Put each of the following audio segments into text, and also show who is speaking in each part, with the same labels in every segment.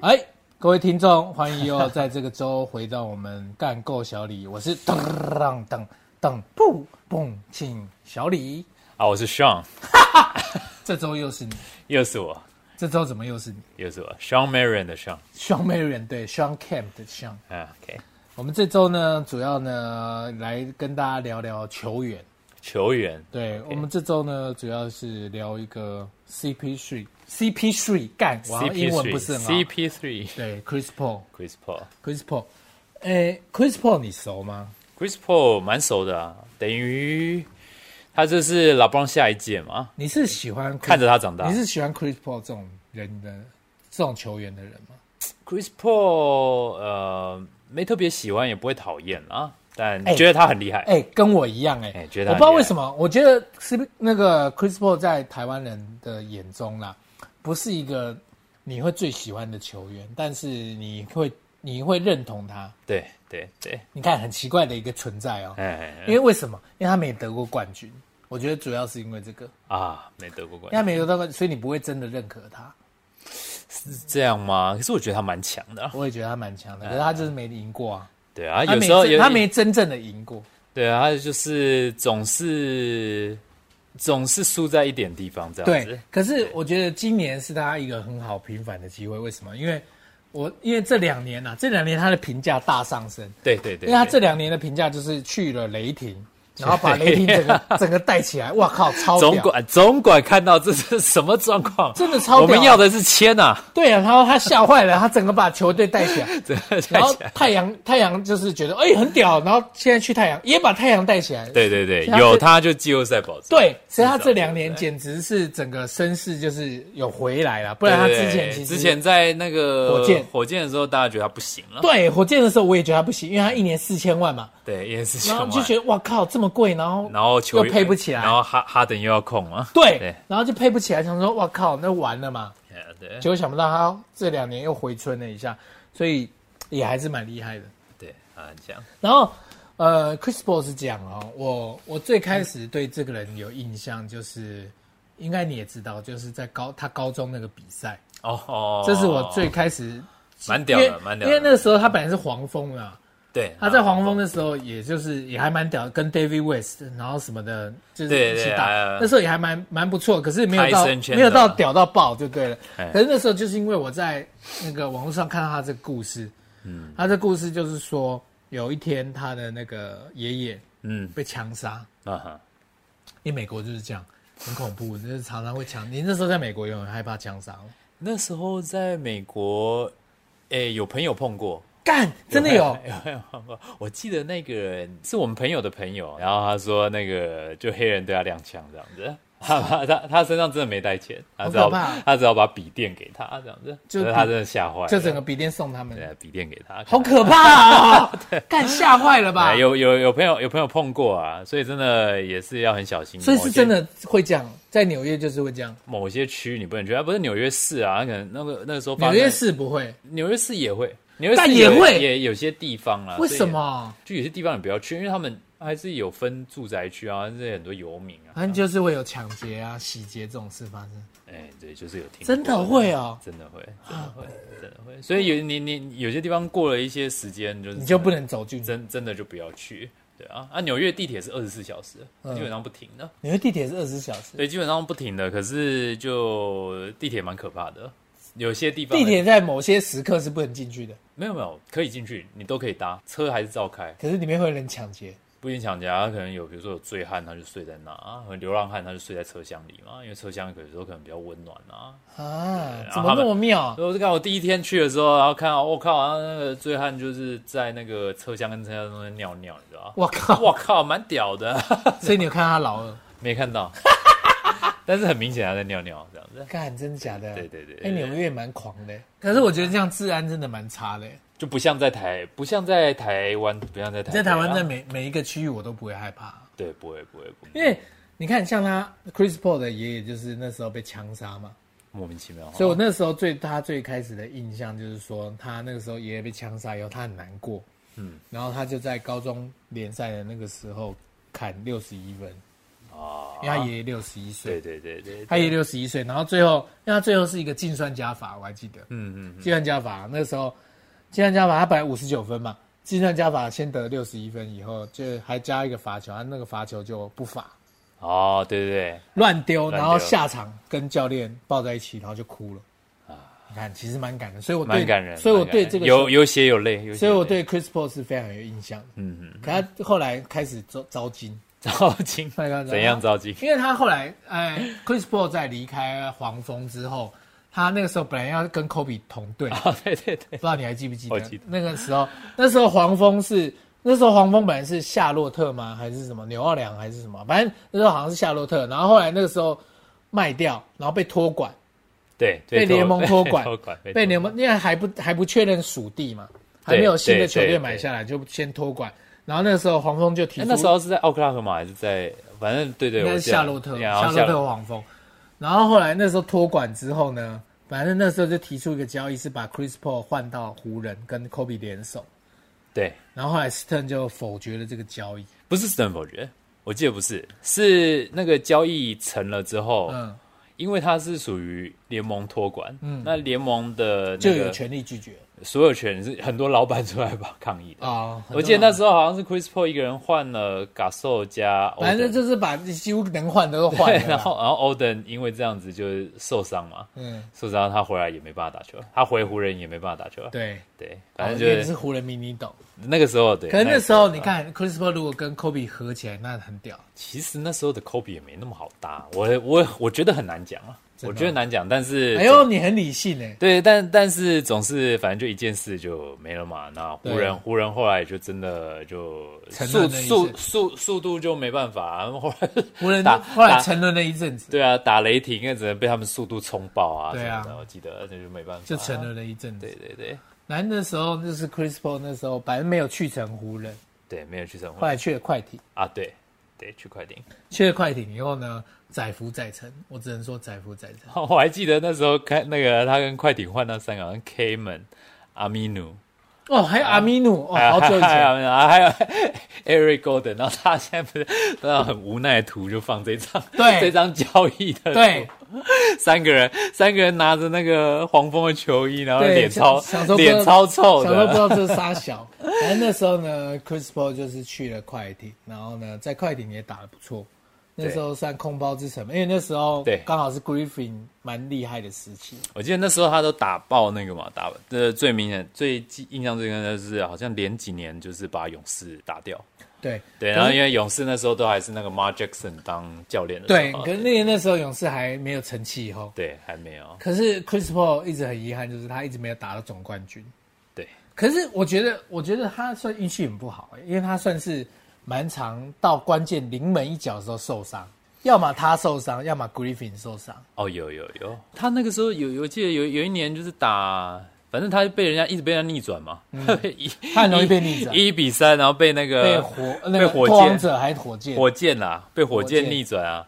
Speaker 1: 哎各位听众，欢迎又在这个周回到我们干够小李，我 是噔噔噔噔噗嘣请小李，
Speaker 2: 啊，我是 Sean，
Speaker 1: 这周又是你，
Speaker 2: 又是我，
Speaker 1: 这周怎么又是你
Speaker 2: 又是我，Sean Marion 的 Sean，
Speaker 1: ？Sean Marion 对 Sean Camp 的 Sean，
Speaker 2: 嗯，OK，
Speaker 1: 我们这周呢主要呢来跟大家聊聊球员，
Speaker 2: 球员
Speaker 1: 对我们这周呢主要是聊一个 CP three，CP three 干，我英文不是很好，
Speaker 2: CP3，CP3
Speaker 1: 对 Chris Paul，Chris
Speaker 2: Chris Paul，Chris
Speaker 1: Paul，哎，Chris Paul 你熟吗？
Speaker 2: Paul 蛮熟的啊，等于他就是 LeBron 下一届嘛，
Speaker 1: 你是喜欢 Chris-
Speaker 2: 看着他长大
Speaker 1: 你是喜欢 Chris Paul 这种人的这种球员的人吗？
Speaker 2: ，Chris Paul 呃没特别喜欢，也不会讨厌啊，但
Speaker 1: 哎
Speaker 2: 觉得他很厉害，
Speaker 1: 哎、跟我一样哎、
Speaker 2: 哎觉得
Speaker 1: 我
Speaker 2: 他
Speaker 1: 不知道
Speaker 2: 很厉害
Speaker 1: 为什么，我觉得是那个 Chris Paul 在台湾人的眼中啦，不是一个你会最喜欢的球员，但是你会你会认同他，
Speaker 2: 对对对，
Speaker 1: 你看很奇怪的一个存在哦、因
Speaker 2: 哎
Speaker 1: 为为什么？因为他没得过冠军，我觉得主要是因为这个，因
Speaker 2: 啊，没得过
Speaker 1: 为
Speaker 2: 冠
Speaker 1: 他没得到冠，所以你不会真的认可他。
Speaker 2: 军，是这样吗？可是我觉得他蛮强的啊，
Speaker 1: 我也觉得他蛮强的，可是他就是没赢过啊，
Speaker 2: 对啊，
Speaker 1: 他
Speaker 2: 有
Speaker 1: 没
Speaker 2: 时候
Speaker 1: 真
Speaker 2: 有
Speaker 1: 他没真正的赢过。
Speaker 2: 对啊，他就是总是总是输在一点地方这样
Speaker 1: 对
Speaker 2: 子。，
Speaker 1: 可是我觉得今年是他一个很好平反的机会。为什么？因为我因为这两年啊，这两年他的评价大上升，
Speaker 2: 对对对对，
Speaker 1: 因为他这两年的评价就是去了雷霆，然后把雷霆整个 整个带起来，哇靠，超
Speaker 2: 总
Speaker 1: 屌！
Speaker 2: 管总管看到这是什么状况，
Speaker 1: 真的超屌
Speaker 2: 我们要的是签呐、啊，
Speaker 1: 对啊，然后他吓坏了，他整个把球队带起来，
Speaker 2: 真的太
Speaker 1: 然后
Speaker 2: 强了
Speaker 1: 太阳太阳就是觉得哎、很屌，然后现在去太阳也把太阳带起来，
Speaker 2: 对对对，
Speaker 1: 所以他
Speaker 2: 有
Speaker 1: 这
Speaker 2: 他就季后赛保证。
Speaker 1: 对，所以他
Speaker 2: 至少
Speaker 1: 这两
Speaker 2: 对
Speaker 1: 年
Speaker 2: 不对
Speaker 1: 简直是整个声势就是有回来了，不
Speaker 2: 对
Speaker 1: 然他
Speaker 2: 对
Speaker 1: 之
Speaker 2: 对
Speaker 1: 前其实
Speaker 2: 之前在那个
Speaker 1: 火箭
Speaker 2: 火箭的时候，大家觉得他不行了。
Speaker 1: 对火箭的时候我也觉得他不行，因为他一年四千万嘛，
Speaker 2: 对，也是
Speaker 1: 然后就觉
Speaker 2: 得，
Speaker 1: 得哇靠这么贵，然后
Speaker 2: 然后球
Speaker 1: 又配不起来
Speaker 2: 然后哈哈登又要控啊。
Speaker 1: 对，
Speaker 2: 对
Speaker 1: 然后就配不起来，想说哇靠那完了嘛，
Speaker 2: 对
Speaker 1: 结果想不到他这两年又回春了一下，所以也还是蛮厉害的。
Speaker 2: 对，啊他很强。
Speaker 1: 然后呃，Chris Paul 是这样哦，我我最开始对这个人有印象就是。应该你也知道，就是在高他高中那个比赛，
Speaker 2: 哦哦，
Speaker 1: 这是我最开始
Speaker 2: 蛮屌
Speaker 1: 因为
Speaker 2: 的，蛮屌的。
Speaker 1: 因为那个时候他本来是黄蜂啊，
Speaker 2: 对
Speaker 1: 他在黄蜂的时候，也就是也还蛮屌的，跟 David West 然后什么的，就是
Speaker 2: 对
Speaker 1: 一起
Speaker 2: 对
Speaker 1: 打
Speaker 2: 哎哎。
Speaker 1: 那时候也还蛮蛮不错，可是没有到
Speaker 2: 开生圈
Speaker 1: 没有
Speaker 2: 的
Speaker 1: 到屌到爆就对了。
Speaker 2: 哎
Speaker 1: 可是那时候就是因为我在那个网络上看到他这个故事，嗯，他这故事就是说有一天他的那个爷爷
Speaker 2: 嗯
Speaker 1: 被枪杀，
Speaker 2: 啊哈，
Speaker 1: 因为美国就是这样，很恐怖，就是常常会枪。你那时候在美国有很害怕枪杀吗？
Speaker 2: 那时候在美国，诶、有朋友碰过，
Speaker 1: 干，真的有，
Speaker 2: 有朋友碰过。我记得那个人是我们朋友的朋友，然后他说那个就黑人对他亮枪这样子。他他他他身上真的没带钱，他
Speaker 1: 好
Speaker 2: 只好
Speaker 1: 可怕
Speaker 2: 他只好把笔电给他这样子，
Speaker 1: 就
Speaker 2: 可是他真的吓坏了，
Speaker 1: 就整个笔电送他们
Speaker 2: 对。笔电给他，
Speaker 1: 好可怕 啊！干吓坏了吧
Speaker 2: 哎？有有有朋友有朋友碰过啊，所以真的也是要很小
Speaker 1: 嗯
Speaker 2: 心。
Speaker 1: 哦所以是
Speaker 2: 某些
Speaker 1: 真的会这样，在纽约就是会这样。
Speaker 2: 某些区你不能去，啊，不是纽约市啊，可能那个那个时候发
Speaker 1: 纽
Speaker 2: 生
Speaker 1: 约市不会，
Speaker 2: 纽约市也会，纽约
Speaker 1: 但
Speaker 2: 市
Speaker 1: 也
Speaker 2: 有
Speaker 1: 会
Speaker 2: 也有些地方啦。
Speaker 1: 为
Speaker 2: 所以
Speaker 1: 什？么？
Speaker 2: 就有些地方你不要去，因为他们还是有分住宅区啊，这些很多游民啊。
Speaker 1: 反正就是会有抢劫啊、洗劫这种事发生。
Speaker 2: 哎，对，就是有听过
Speaker 1: 真的会哦
Speaker 2: 真的会，真的会，真的会。所以有你你有些地方过了一些时间，就是
Speaker 1: 你就不能走进去。
Speaker 2: 真真的就不要去。对啊，啊，纽约地铁是二十四小时，
Speaker 1: 嗯
Speaker 2: 基本上不停的。
Speaker 1: 纽约地铁是二十小时，
Speaker 2: 对，基本上不停的，可是就地铁蛮可怕的，有些地方
Speaker 1: 地铁在某些时刻是不能进去的，
Speaker 2: 没有没有可以进去，你都可以搭，车还是照开。
Speaker 1: 可是里面会有人抢劫。
Speaker 2: 不一定抢劫啊，他可能有，比如说有醉汉，他就睡在那啊；和流浪汉，他就睡在车厢里嘛，因为车厢有时候可能比较温暖啊。
Speaker 1: 啊，
Speaker 2: 对
Speaker 1: 怎么那么
Speaker 2: 然后
Speaker 1: 妙 啊？
Speaker 2: 所以我就看我第一天去的时候，然后看到哦我、靠，然后那个醉汉就是在那个车厢跟车厢中间尿尿，你知道吗？
Speaker 1: 我靠！
Speaker 2: 我靠，蛮屌的，
Speaker 1: 所以你有看到他老二？
Speaker 2: 没看到，但是很明显他在尿尿这样子，
Speaker 1: 干，真的假的？
Speaker 2: 对对对对
Speaker 1: 哎，纽约也蛮狂的，啊可是我觉得这样治安真的蛮差的。
Speaker 2: 就不像在台，不像在台湾，不像在台北啊，
Speaker 1: 在台湾，在每每一个区域我都不会害怕，
Speaker 2: 对，不会不会不会，
Speaker 1: 因为你看，像他 Chris Paul 的爷爷就是那时候被枪杀嘛。
Speaker 2: 莫名其妙，
Speaker 1: 所以我那时候最他最开始的印象就是说，他那个时候爷爷被枪杀以后，他很难过，嗯，然后他就在高中联赛的那个时候砍六十一分，
Speaker 2: 哦哦，
Speaker 1: 因为他爷爷六十一岁
Speaker 2: 对，对对对，
Speaker 1: 他也六十一岁，然后最后，因为他最后是一个计算加法，我还记得
Speaker 2: 嗯嗯
Speaker 1: 计算加法那时候，计算加法他本来五十九分嘛，计算加法先得六十一分，以后就还加一个罚球，他啊那个罚球就不罚，
Speaker 2: 哦，对对对，
Speaker 1: 乱丢，
Speaker 2: 乱丢
Speaker 1: 然后下场跟教练抱在一起，然后就哭了。你看，其实蛮感人，所以我对
Speaker 2: 啊蛮感人，
Speaker 1: 所以我
Speaker 2: 蛮感
Speaker 1: 对
Speaker 2: 人
Speaker 1: 这个
Speaker 2: 有，有血有泪，有血
Speaker 1: 所以
Speaker 2: 有
Speaker 1: 我
Speaker 2: 泪
Speaker 1: 对 Chris Paul 是非常有印象的。
Speaker 2: 嗯嗯
Speaker 1: 可他后来开始招招金，
Speaker 2: 糟 心，
Speaker 1: 看看
Speaker 2: 怎样 糟心？
Speaker 1: 因为他后来，哎，Chris Paul 在离开黄蜂之后，他那个时候本来要跟 Kobe 同队，
Speaker 2: 哦，对对对
Speaker 1: 不，知道你还记不记得？
Speaker 2: 我记得
Speaker 1: 那个时候，那时候黄蜂是那时候黄蜂本来是夏洛特吗？还是什么纽奥良还是什么？反正那时候好像是夏洛特，然后后来那个时候卖掉，然后被托管，
Speaker 2: 对，
Speaker 1: 被
Speaker 2: 托
Speaker 1: 联盟托管
Speaker 2: 托管，
Speaker 1: 被联
Speaker 2: 托
Speaker 1: 盟因为还不还不确认属地嘛，还
Speaker 2: 对
Speaker 1: 没有新的
Speaker 2: 对
Speaker 1: 球队
Speaker 2: 对
Speaker 1: 买下来，就先托管。然后那时候黄蜂就提
Speaker 2: 管。哎
Speaker 1: 出，
Speaker 2: 那时候是在奥克拉荷马还是在？反正对对，
Speaker 1: 应该
Speaker 2: 我
Speaker 1: 是
Speaker 2: 记得
Speaker 1: 夏洛特，
Speaker 2: 然后
Speaker 1: 夏洛特黄蜂。然后后来那时候托管之后呢，反正那时候就提出一个交易，是把 Chris Paul 换到湖人跟 Kobe 联手。
Speaker 2: 对，
Speaker 1: 然后后来 Stern 就否决了这个交易。
Speaker 2: 不是 Stern 否决，我记得不是，是那个交易成了之后，
Speaker 1: 嗯，
Speaker 2: 因为它是属于联盟托管，
Speaker 1: 嗯
Speaker 2: 那联盟的
Speaker 1: 就
Speaker 2: 那
Speaker 1: 有
Speaker 2: 个
Speaker 1: 权利拒绝
Speaker 2: 所有权是很多老板出来吧抗议的。
Speaker 1: 啊。
Speaker 2: 哦我记得那
Speaker 1: 是，
Speaker 2: 时候好像是 Chris Paul 一个人换了 Gasol 加 Oden，
Speaker 1: 反正就是把几乎能换的都换
Speaker 2: 对
Speaker 1: 了，啦。
Speaker 2: 然后然后 Oden 因为这样子就是受伤嘛，
Speaker 1: 嗯，
Speaker 2: 受伤他回来也没办法打球，他回湖人也没办法打球，
Speaker 1: 对，
Speaker 2: 对，反正
Speaker 1: 哦因为
Speaker 2: 就
Speaker 1: 你
Speaker 2: 是
Speaker 1: 是湖人迷你懂。
Speaker 2: 那个时候对。
Speaker 1: 可是那时候你
Speaker 2: 啊，
Speaker 1: 看 Chris Paul 如果跟 Kobe 合起来，那很屌。
Speaker 2: 其实那时候的 Kobe 也没那么好搭，我我我觉得很难讲啊，
Speaker 1: 真的
Speaker 2: 我
Speaker 1: 吗
Speaker 2: 觉得难讲，但是
Speaker 1: 哎呦，你很理性哎。
Speaker 2: 对，但但是总是反正就一件事就没了嘛。那湖
Speaker 1: 对
Speaker 2: 人湖人后来就真的就
Speaker 1: 承
Speaker 2: 速
Speaker 1: 认了一
Speaker 2: 速
Speaker 1: 阵
Speaker 2: 速速度就没办法、啊，后来
Speaker 1: 湖人
Speaker 2: 打
Speaker 1: 后来
Speaker 2: 打
Speaker 1: 沉沦了一阵子，
Speaker 2: 对啊，打雷霆也只能被他们速度冲爆啊，
Speaker 1: 对啊
Speaker 2: 什么的我记得那就没办法，啊
Speaker 1: 就沉沦了一阵子。
Speaker 2: 对对对
Speaker 1: 然后那时候就是 Chris Paul 那时候反正没有去成湖人，
Speaker 2: 对，没有去成
Speaker 1: 后
Speaker 2: 功
Speaker 1: 来去了快艇，
Speaker 2: 啊，对对，去快艇。
Speaker 1: 去了快艇以后呢，载浮载沉，我只能说载浮载沉。
Speaker 2: 我还记得那时候看那个他跟快艇换那三个，好像 K 门、阿米努，
Speaker 1: 哦，还有阿米努，哦，
Speaker 2: 还有
Speaker 1: 好久以
Speaker 2: 还
Speaker 1: 前，
Speaker 2: 有还有 Eric Golden，然后他现在不是当然很无奈的图就放这张，
Speaker 1: 对
Speaker 2: 这张交易的图
Speaker 1: 对，
Speaker 2: 三个人三个人拿着那个黄蜂的球衣，然后
Speaker 1: 对
Speaker 2: 脸超
Speaker 1: 想想说不知道
Speaker 2: 脸超臭
Speaker 1: 小时候不知
Speaker 2: 的，
Speaker 1: 道这是啥小。 反正那时候呢，Chris Paul 就是去了快艇，然后呢，在快艇也打得不错。那时候算空包之城嘛，因为那时候
Speaker 2: 对
Speaker 1: 刚好是 Griffin 蛮厉害的时期，
Speaker 2: 我记得那时候他都打爆那个嘛，打这最明显最记印象最深的就是好像连几年就是把勇士打掉，
Speaker 1: 对
Speaker 2: 对，
Speaker 1: 可
Speaker 2: 然后
Speaker 1: 是
Speaker 2: 因为勇士那时候都还是那个 Mark Jackson 当教练的
Speaker 1: 对
Speaker 2: 时，候，
Speaker 1: 可是那那时候勇士还没有成气以后，
Speaker 2: 对还没有，
Speaker 1: 可是 Chris Paul 一直很遗憾，就是他一直没有打到总冠军。
Speaker 2: 对，
Speaker 1: 可是我觉得，我觉得他算运气很不好、欸，因为他算是蛮常到关键临门一脚的时候受伤，要么他受伤，要么 Griffin 受伤。
Speaker 2: 哦，有有有，他那个时候有，有我记得有有一年就是打，反正他被人家一直被人家逆转嘛， 一
Speaker 1: 他很容易被逆转
Speaker 2: 一比三，然后被那
Speaker 1: 被
Speaker 2: 个
Speaker 1: 火那
Speaker 2: 呃被
Speaker 1: 个
Speaker 2: 火
Speaker 1: 拓王
Speaker 2: 箭
Speaker 1: 者还是火箭，
Speaker 2: 火箭啦，被火
Speaker 1: 火
Speaker 2: 箭
Speaker 1: 箭
Speaker 2: 逆转啊，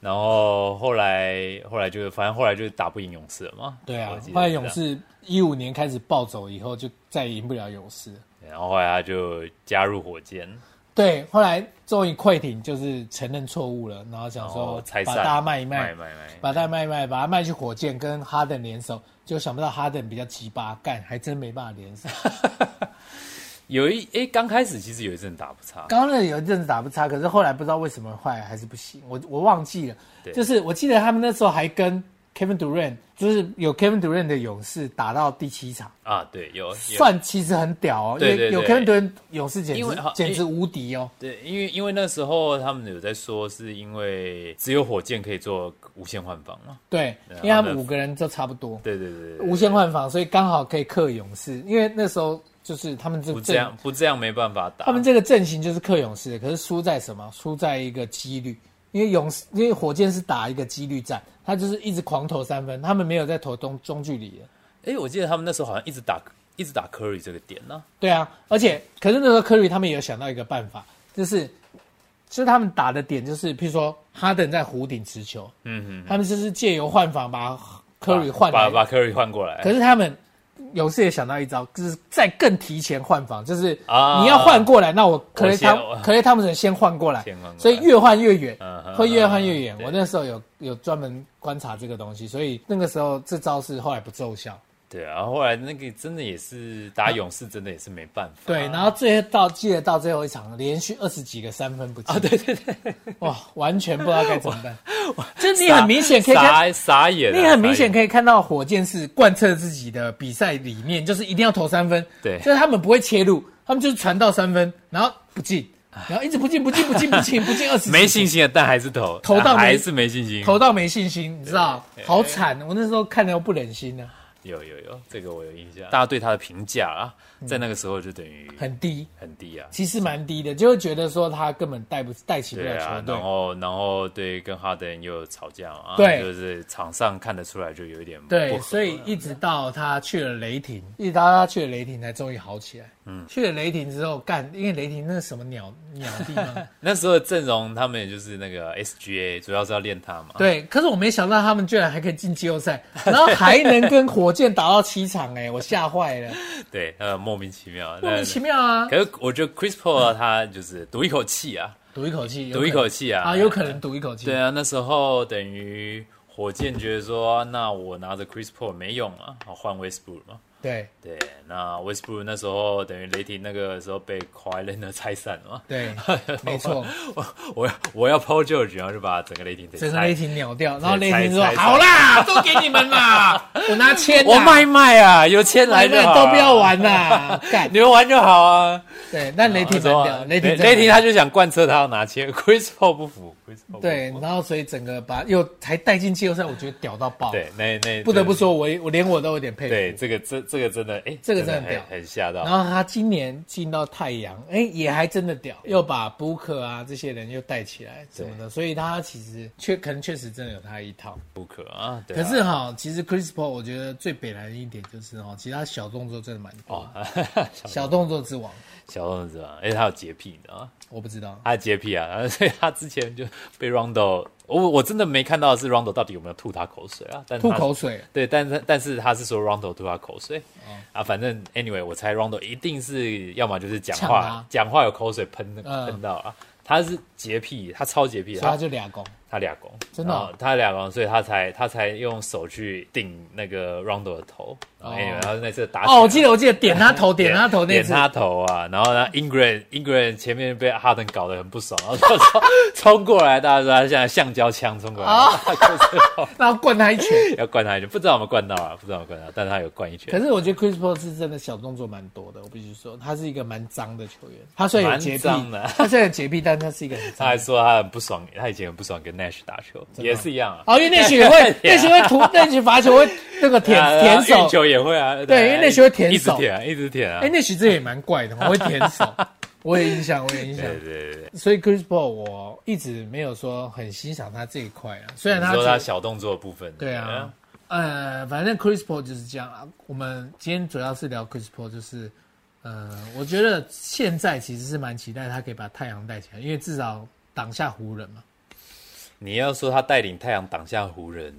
Speaker 2: 然后后来后来就反正后来就打不赢勇士了嘛，
Speaker 1: 对啊
Speaker 2: 我记，得
Speaker 1: 后来
Speaker 2: 是这样
Speaker 1: 勇，士一五年开始暴走以后，就再也赢不了勇士了。
Speaker 2: 然后后来他就加入火箭，
Speaker 1: 对，后来终于快艇就是承认错误了，然后想
Speaker 2: 然后
Speaker 1: 说
Speaker 2: 哦拆
Speaker 1: 把
Speaker 2: 散，
Speaker 1: 大家卖一卖
Speaker 2: 卖，卖卖，
Speaker 1: 把它卖一卖，把它卖去火箭跟哈登联手，就想不到哈登比较鸡巴，干还真没办法联 手。
Speaker 2: 有一诶，刚开始其实有一阵打不差，
Speaker 1: 刚刚那有一阵子打不差，可是后来不知道为什么坏还是不行，我我忘记了
Speaker 2: 对。
Speaker 1: 就是我记得他们那时候还跟 Kevin Durant，就是有 Kevin Durant 的勇士打到第七场，
Speaker 2: 啊，对，有有
Speaker 1: 算其实很屌哦，因
Speaker 2: 对
Speaker 1: 为
Speaker 2: 对
Speaker 1: 有
Speaker 2: 对
Speaker 1: Kevin Durant 勇士简
Speaker 2: 因为
Speaker 1: 直
Speaker 2: 好
Speaker 1: 简直无敌哦。
Speaker 2: 对，因为因为那时候他们有在说，是因为只有火箭可以做无限换防嘛。
Speaker 1: 对，因为他们五个人都差不多，
Speaker 2: 对对对对，
Speaker 1: 无限换防，所以刚好可以克勇士，因为那时候就是他们这
Speaker 2: 不
Speaker 1: 个
Speaker 2: 这样不这样没办法打。
Speaker 1: 他们这个阵型就是克勇士的，可是输在什么？输在一个几率，因为勇士因为火箭是打一个几率战，他就是一直狂投三分，他们没有在投中中距离的。
Speaker 2: 哎，我记得他们那时候好像一直打一直打 Curry 这个点呢、
Speaker 1: 对啊，而且可是那时候科瑞他们也有想到一个办法，就是就是他们打的点就是，譬如说哈登在弧顶持球，
Speaker 2: 嗯嗯，
Speaker 1: 他们就是借由换防把科瑞换
Speaker 2: 把
Speaker 1: 来，
Speaker 2: 把 Curry 换过来。
Speaker 1: 可是他们有时也想到一招，就是再更提前换防，就是
Speaker 2: 啊
Speaker 1: 你要换过来，那我克雷
Speaker 2: 先
Speaker 1: 汤克雷汤姆森先换过来
Speaker 2: 先换过，来
Speaker 1: 所以越换越远
Speaker 2: 嗯哼，
Speaker 1: 会越换越远
Speaker 2: 嗯。对
Speaker 1: 我那时候有有专门观察这个东西，所以那个时候这招是后来不奏效。
Speaker 2: 对啊，后来那个真的也是打勇士，真的也是没办法。
Speaker 1: 对，然后最后到记得到最后一场，连续二十几个三分不进，
Speaker 2: 啊，对对对，
Speaker 1: 哇，完全不知道该怎么 办。就是你很明显可以看，
Speaker 2: 傻傻眼啊，
Speaker 1: 你很明显可
Speaker 2: 以
Speaker 1: 以看到火箭是贯彻自己的比赛理念，就是一定要投三分。
Speaker 2: 对
Speaker 1: 就是他们不会切入，他们就是传到三分，然后不进，然后一直不进，不进，不进，不进，不进二十，
Speaker 2: 啊 没信心啊的，但还是投，
Speaker 1: 投到没
Speaker 2: 还是没信心。
Speaker 1: 投到没信心，你知道？
Speaker 2: 对
Speaker 1: 好惨！我那时候看了又不忍心啊，
Speaker 2: 有有有，这个我有印象。大家对他的评价啊，在那个时候就等于
Speaker 1: 很低，
Speaker 2: 很低啊。
Speaker 1: 其实蛮低的，就会觉得说他根本带不带起不
Speaker 2: 对
Speaker 1: 了
Speaker 2: 啊
Speaker 1: 球，队
Speaker 2: 然。后然后对跟哈登又有吵架嘛，啊
Speaker 1: 对
Speaker 2: 就是场上看得出来就有一点不啊
Speaker 1: 对，
Speaker 2: 合
Speaker 1: 所以一直到他去了雷霆，一直到他去了雷霆才终于好起来。嗯，去了雷霆之后干，因为雷霆那是什么鸟鸟地方，
Speaker 2: 那时候的阵容他们也就是那个 SGA，主要是要练他嘛。
Speaker 1: 对，可是我没想到他们居然还可以进季后赛， 然后还能跟火箭打到七场、 哎，我吓坏了，
Speaker 2: 对，呃，莫名其妙，
Speaker 1: 莫名其
Speaker 2: 妙。
Speaker 1: 妙啊！
Speaker 2: 可是我觉得 Chris Paul 啊他就是赌一口 气啊，
Speaker 1: 赌一口气，有可
Speaker 2: 赌
Speaker 1: 能
Speaker 2: 一口气啊，
Speaker 1: 啊，有可能赌一口气。
Speaker 2: 对啊，那时候等于火箭觉得说，那我拿着 Chris Paul 没用啊，我换 Westbrook 嘛。
Speaker 1: 对
Speaker 2: 对，那 Westbrook 那时候等于雷霆那个时候被 k a w h Leonard 拆散了嘛。
Speaker 1: 对，没错，
Speaker 2: 我 我要我要 Paul George，然后就把整个雷霆给
Speaker 1: 整个
Speaker 2: 拆
Speaker 1: 雷霆秒掉，然后雷
Speaker 2: 拆
Speaker 1: 霆说
Speaker 2: 拆：“拆
Speaker 1: 好啦，都给你们 啦，我拿签啦，
Speaker 2: 我卖卖啊，有钱来
Speaker 1: 买
Speaker 2: 的
Speaker 1: 卖都不要，玩 啦，干
Speaker 2: 你们玩就好啊。
Speaker 1: 对，但雷霆
Speaker 2: 那
Speaker 1: 蛮
Speaker 2: 时候
Speaker 1: 屌，
Speaker 2: 啊
Speaker 1: 雷霆真的
Speaker 2: 雷霆他就想贯彻他要拿 签，Chris Paul 不服，Chris Paul 不服
Speaker 1: 对，然后所以整个把又还带进季后赛，我觉得屌到爆。，
Speaker 2: 对，那那
Speaker 1: 不得不说，我也我连我都有点佩服。
Speaker 2: 对，这个这这个真的，哎，
Speaker 1: 这个真的
Speaker 2: 真
Speaker 1: 很屌
Speaker 2: 很很吓到
Speaker 1: 然。后他今年进到太阳，哎，也还真的屌，又把 Booker 啊这些人又带起来什么的，所以他其实确可能确实真的有他一套。
Speaker 2: 不可啊！对
Speaker 1: 可
Speaker 2: 啊
Speaker 1: 是哈，其实 Chris Paul 我觉得最北蓝的一点就是哈，其实他小动作真的蛮多
Speaker 2: 哦
Speaker 1: 的，，
Speaker 2: 小
Speaker 1: 小动作之王，
Speaker 2: 小动子啊，而且他有洁癖，你知道吗？
Speaker 1: 我不知道。
Speaker 2: 他的洁癖啊， 所以他之前就被 Rondo，我我真的没看到是 Rondo 到底有没有吐他口水啊？但
Speaker 1: 吐
Speaker 2: 他
Speaker 1: 口水，
Speaker 2: 对，但是但是他是说 Rondo 吐他口水、
Speaker 1: 哦
Speaker 2: 啊，反正 anyway，我猜 Rondo 一定是要么就是讲
Speaker 1: 呛
Speaker 2: 话
Speaker 1: 他
Speaker 2: 讲话有口水喷那
Speaker 1: 嗯
Speaker 2: 个喷到啊，他是洁癖，他超洁癖的，
Speaker 1: 所以他
Speaker 2: 他
Speaker 1: 就俩攻。
Speaker 2: 他俩攻，
Speaker 1: 真的哦
Speaker 2: 然后他俩攻，所以他才他才用手去顶那个 Rondo 的头、
Speaker 1: 哦
Speaker 2: a n y w a y 然后那次打起来
Speaker 1: 哦，我记得我记得点他头，点他头那
Speaker 2: 啊点
Speaker 1: 次，
Speaker 2: 他头啊！然后呢，Ingrid Ingrid 前面被哈登搞得很不爽，然后就冲 冲过来，大家说他现在橡胶枪冲过来，
Speaker 1: 啊然后灌他一拳。
Speaker 2: 要灌他一拳，不知道有没有灌到啊？不知道有没有灌到，但是他有灌一
Speaker 1: 可
Speaker 2: 拳，
Speaker 1: 是我觉得 Chris Paul 是真的小动作蛮多的，我必须说，他是一个蛮脏的球员。他虽然有洁癖
Speaker 2: 蛮脏的，
Speaker 1: 他虽然有洁癖，但他是一个很
Speaker 2: 他
Speaker 1: 脏
Speaker 2: 还
Speaker 1: 的。
Speaker 2: 说他很不爽，他以前很不爽跟 Nash 打球，也是一样啊。
Speaker 1: 哦，因为那许 会，那许会涂，那许罚球会那个舔
Speaker 2: 啊
Speaker 1: 舔
Speaker 2: 运
Speaker 1: 手。
Speaker 2: 球也会啊，
Speaker 1: 对因为那时候舔
Speaker 2: 一直
Speaker 1: 手
Speaker 2: 舔啊，一直舔啊
Speaker 1: 哎，。那许这也蛮怪的，我会舔 手，我有印象，我有印象
Speaker 2: 对。对对对，
Speaker 1: 所以 Chris Paul 我一直没有说很欣赏他这一块啊，虽然
Speaker 2: 你
Speaker 1: 他
Speaker 2: 说他
Speaker 1: 只
Speaker 2: 小动作的部分，
Speaker 1: 对啊，，呃，反正 Chris Paul 就是这样啊。我们今天主要是聊 Chris Paul，就是呃，我觉得现在其实是蛮期待他可以把太阳带起来，因为至少挡下湖人嘛。
Speaker 2: 你要说他带领太阳挡下湖人，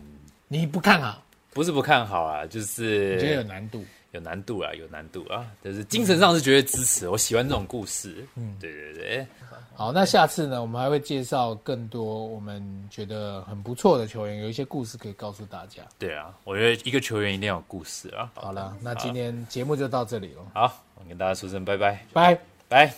Speaker 1: 你不看好，
Speaker 2: 不是不看好啊，就
Speaker 1: 我
Speaker 2: 是
Speaker 1: 觉得有难度。
Speaker 2: 有难度啊，有难度啊，就是精神上是绝对支持，我喜欢这种故事。嗯，对对对，
Speaker 1: 好，那下次呢，我们还会介绍更多我们觉得很不错的球员，有一些故事可以告诉大家。
Speaker 2: 对啊，我觉得一个球员一定要有故事啊。
Speaker 1: 好了，那今天节目就到这里了，
Speaker 2: 好，我跟大家说声拜拜，
Speaker 1: 拜。
Speaker 2: 拜。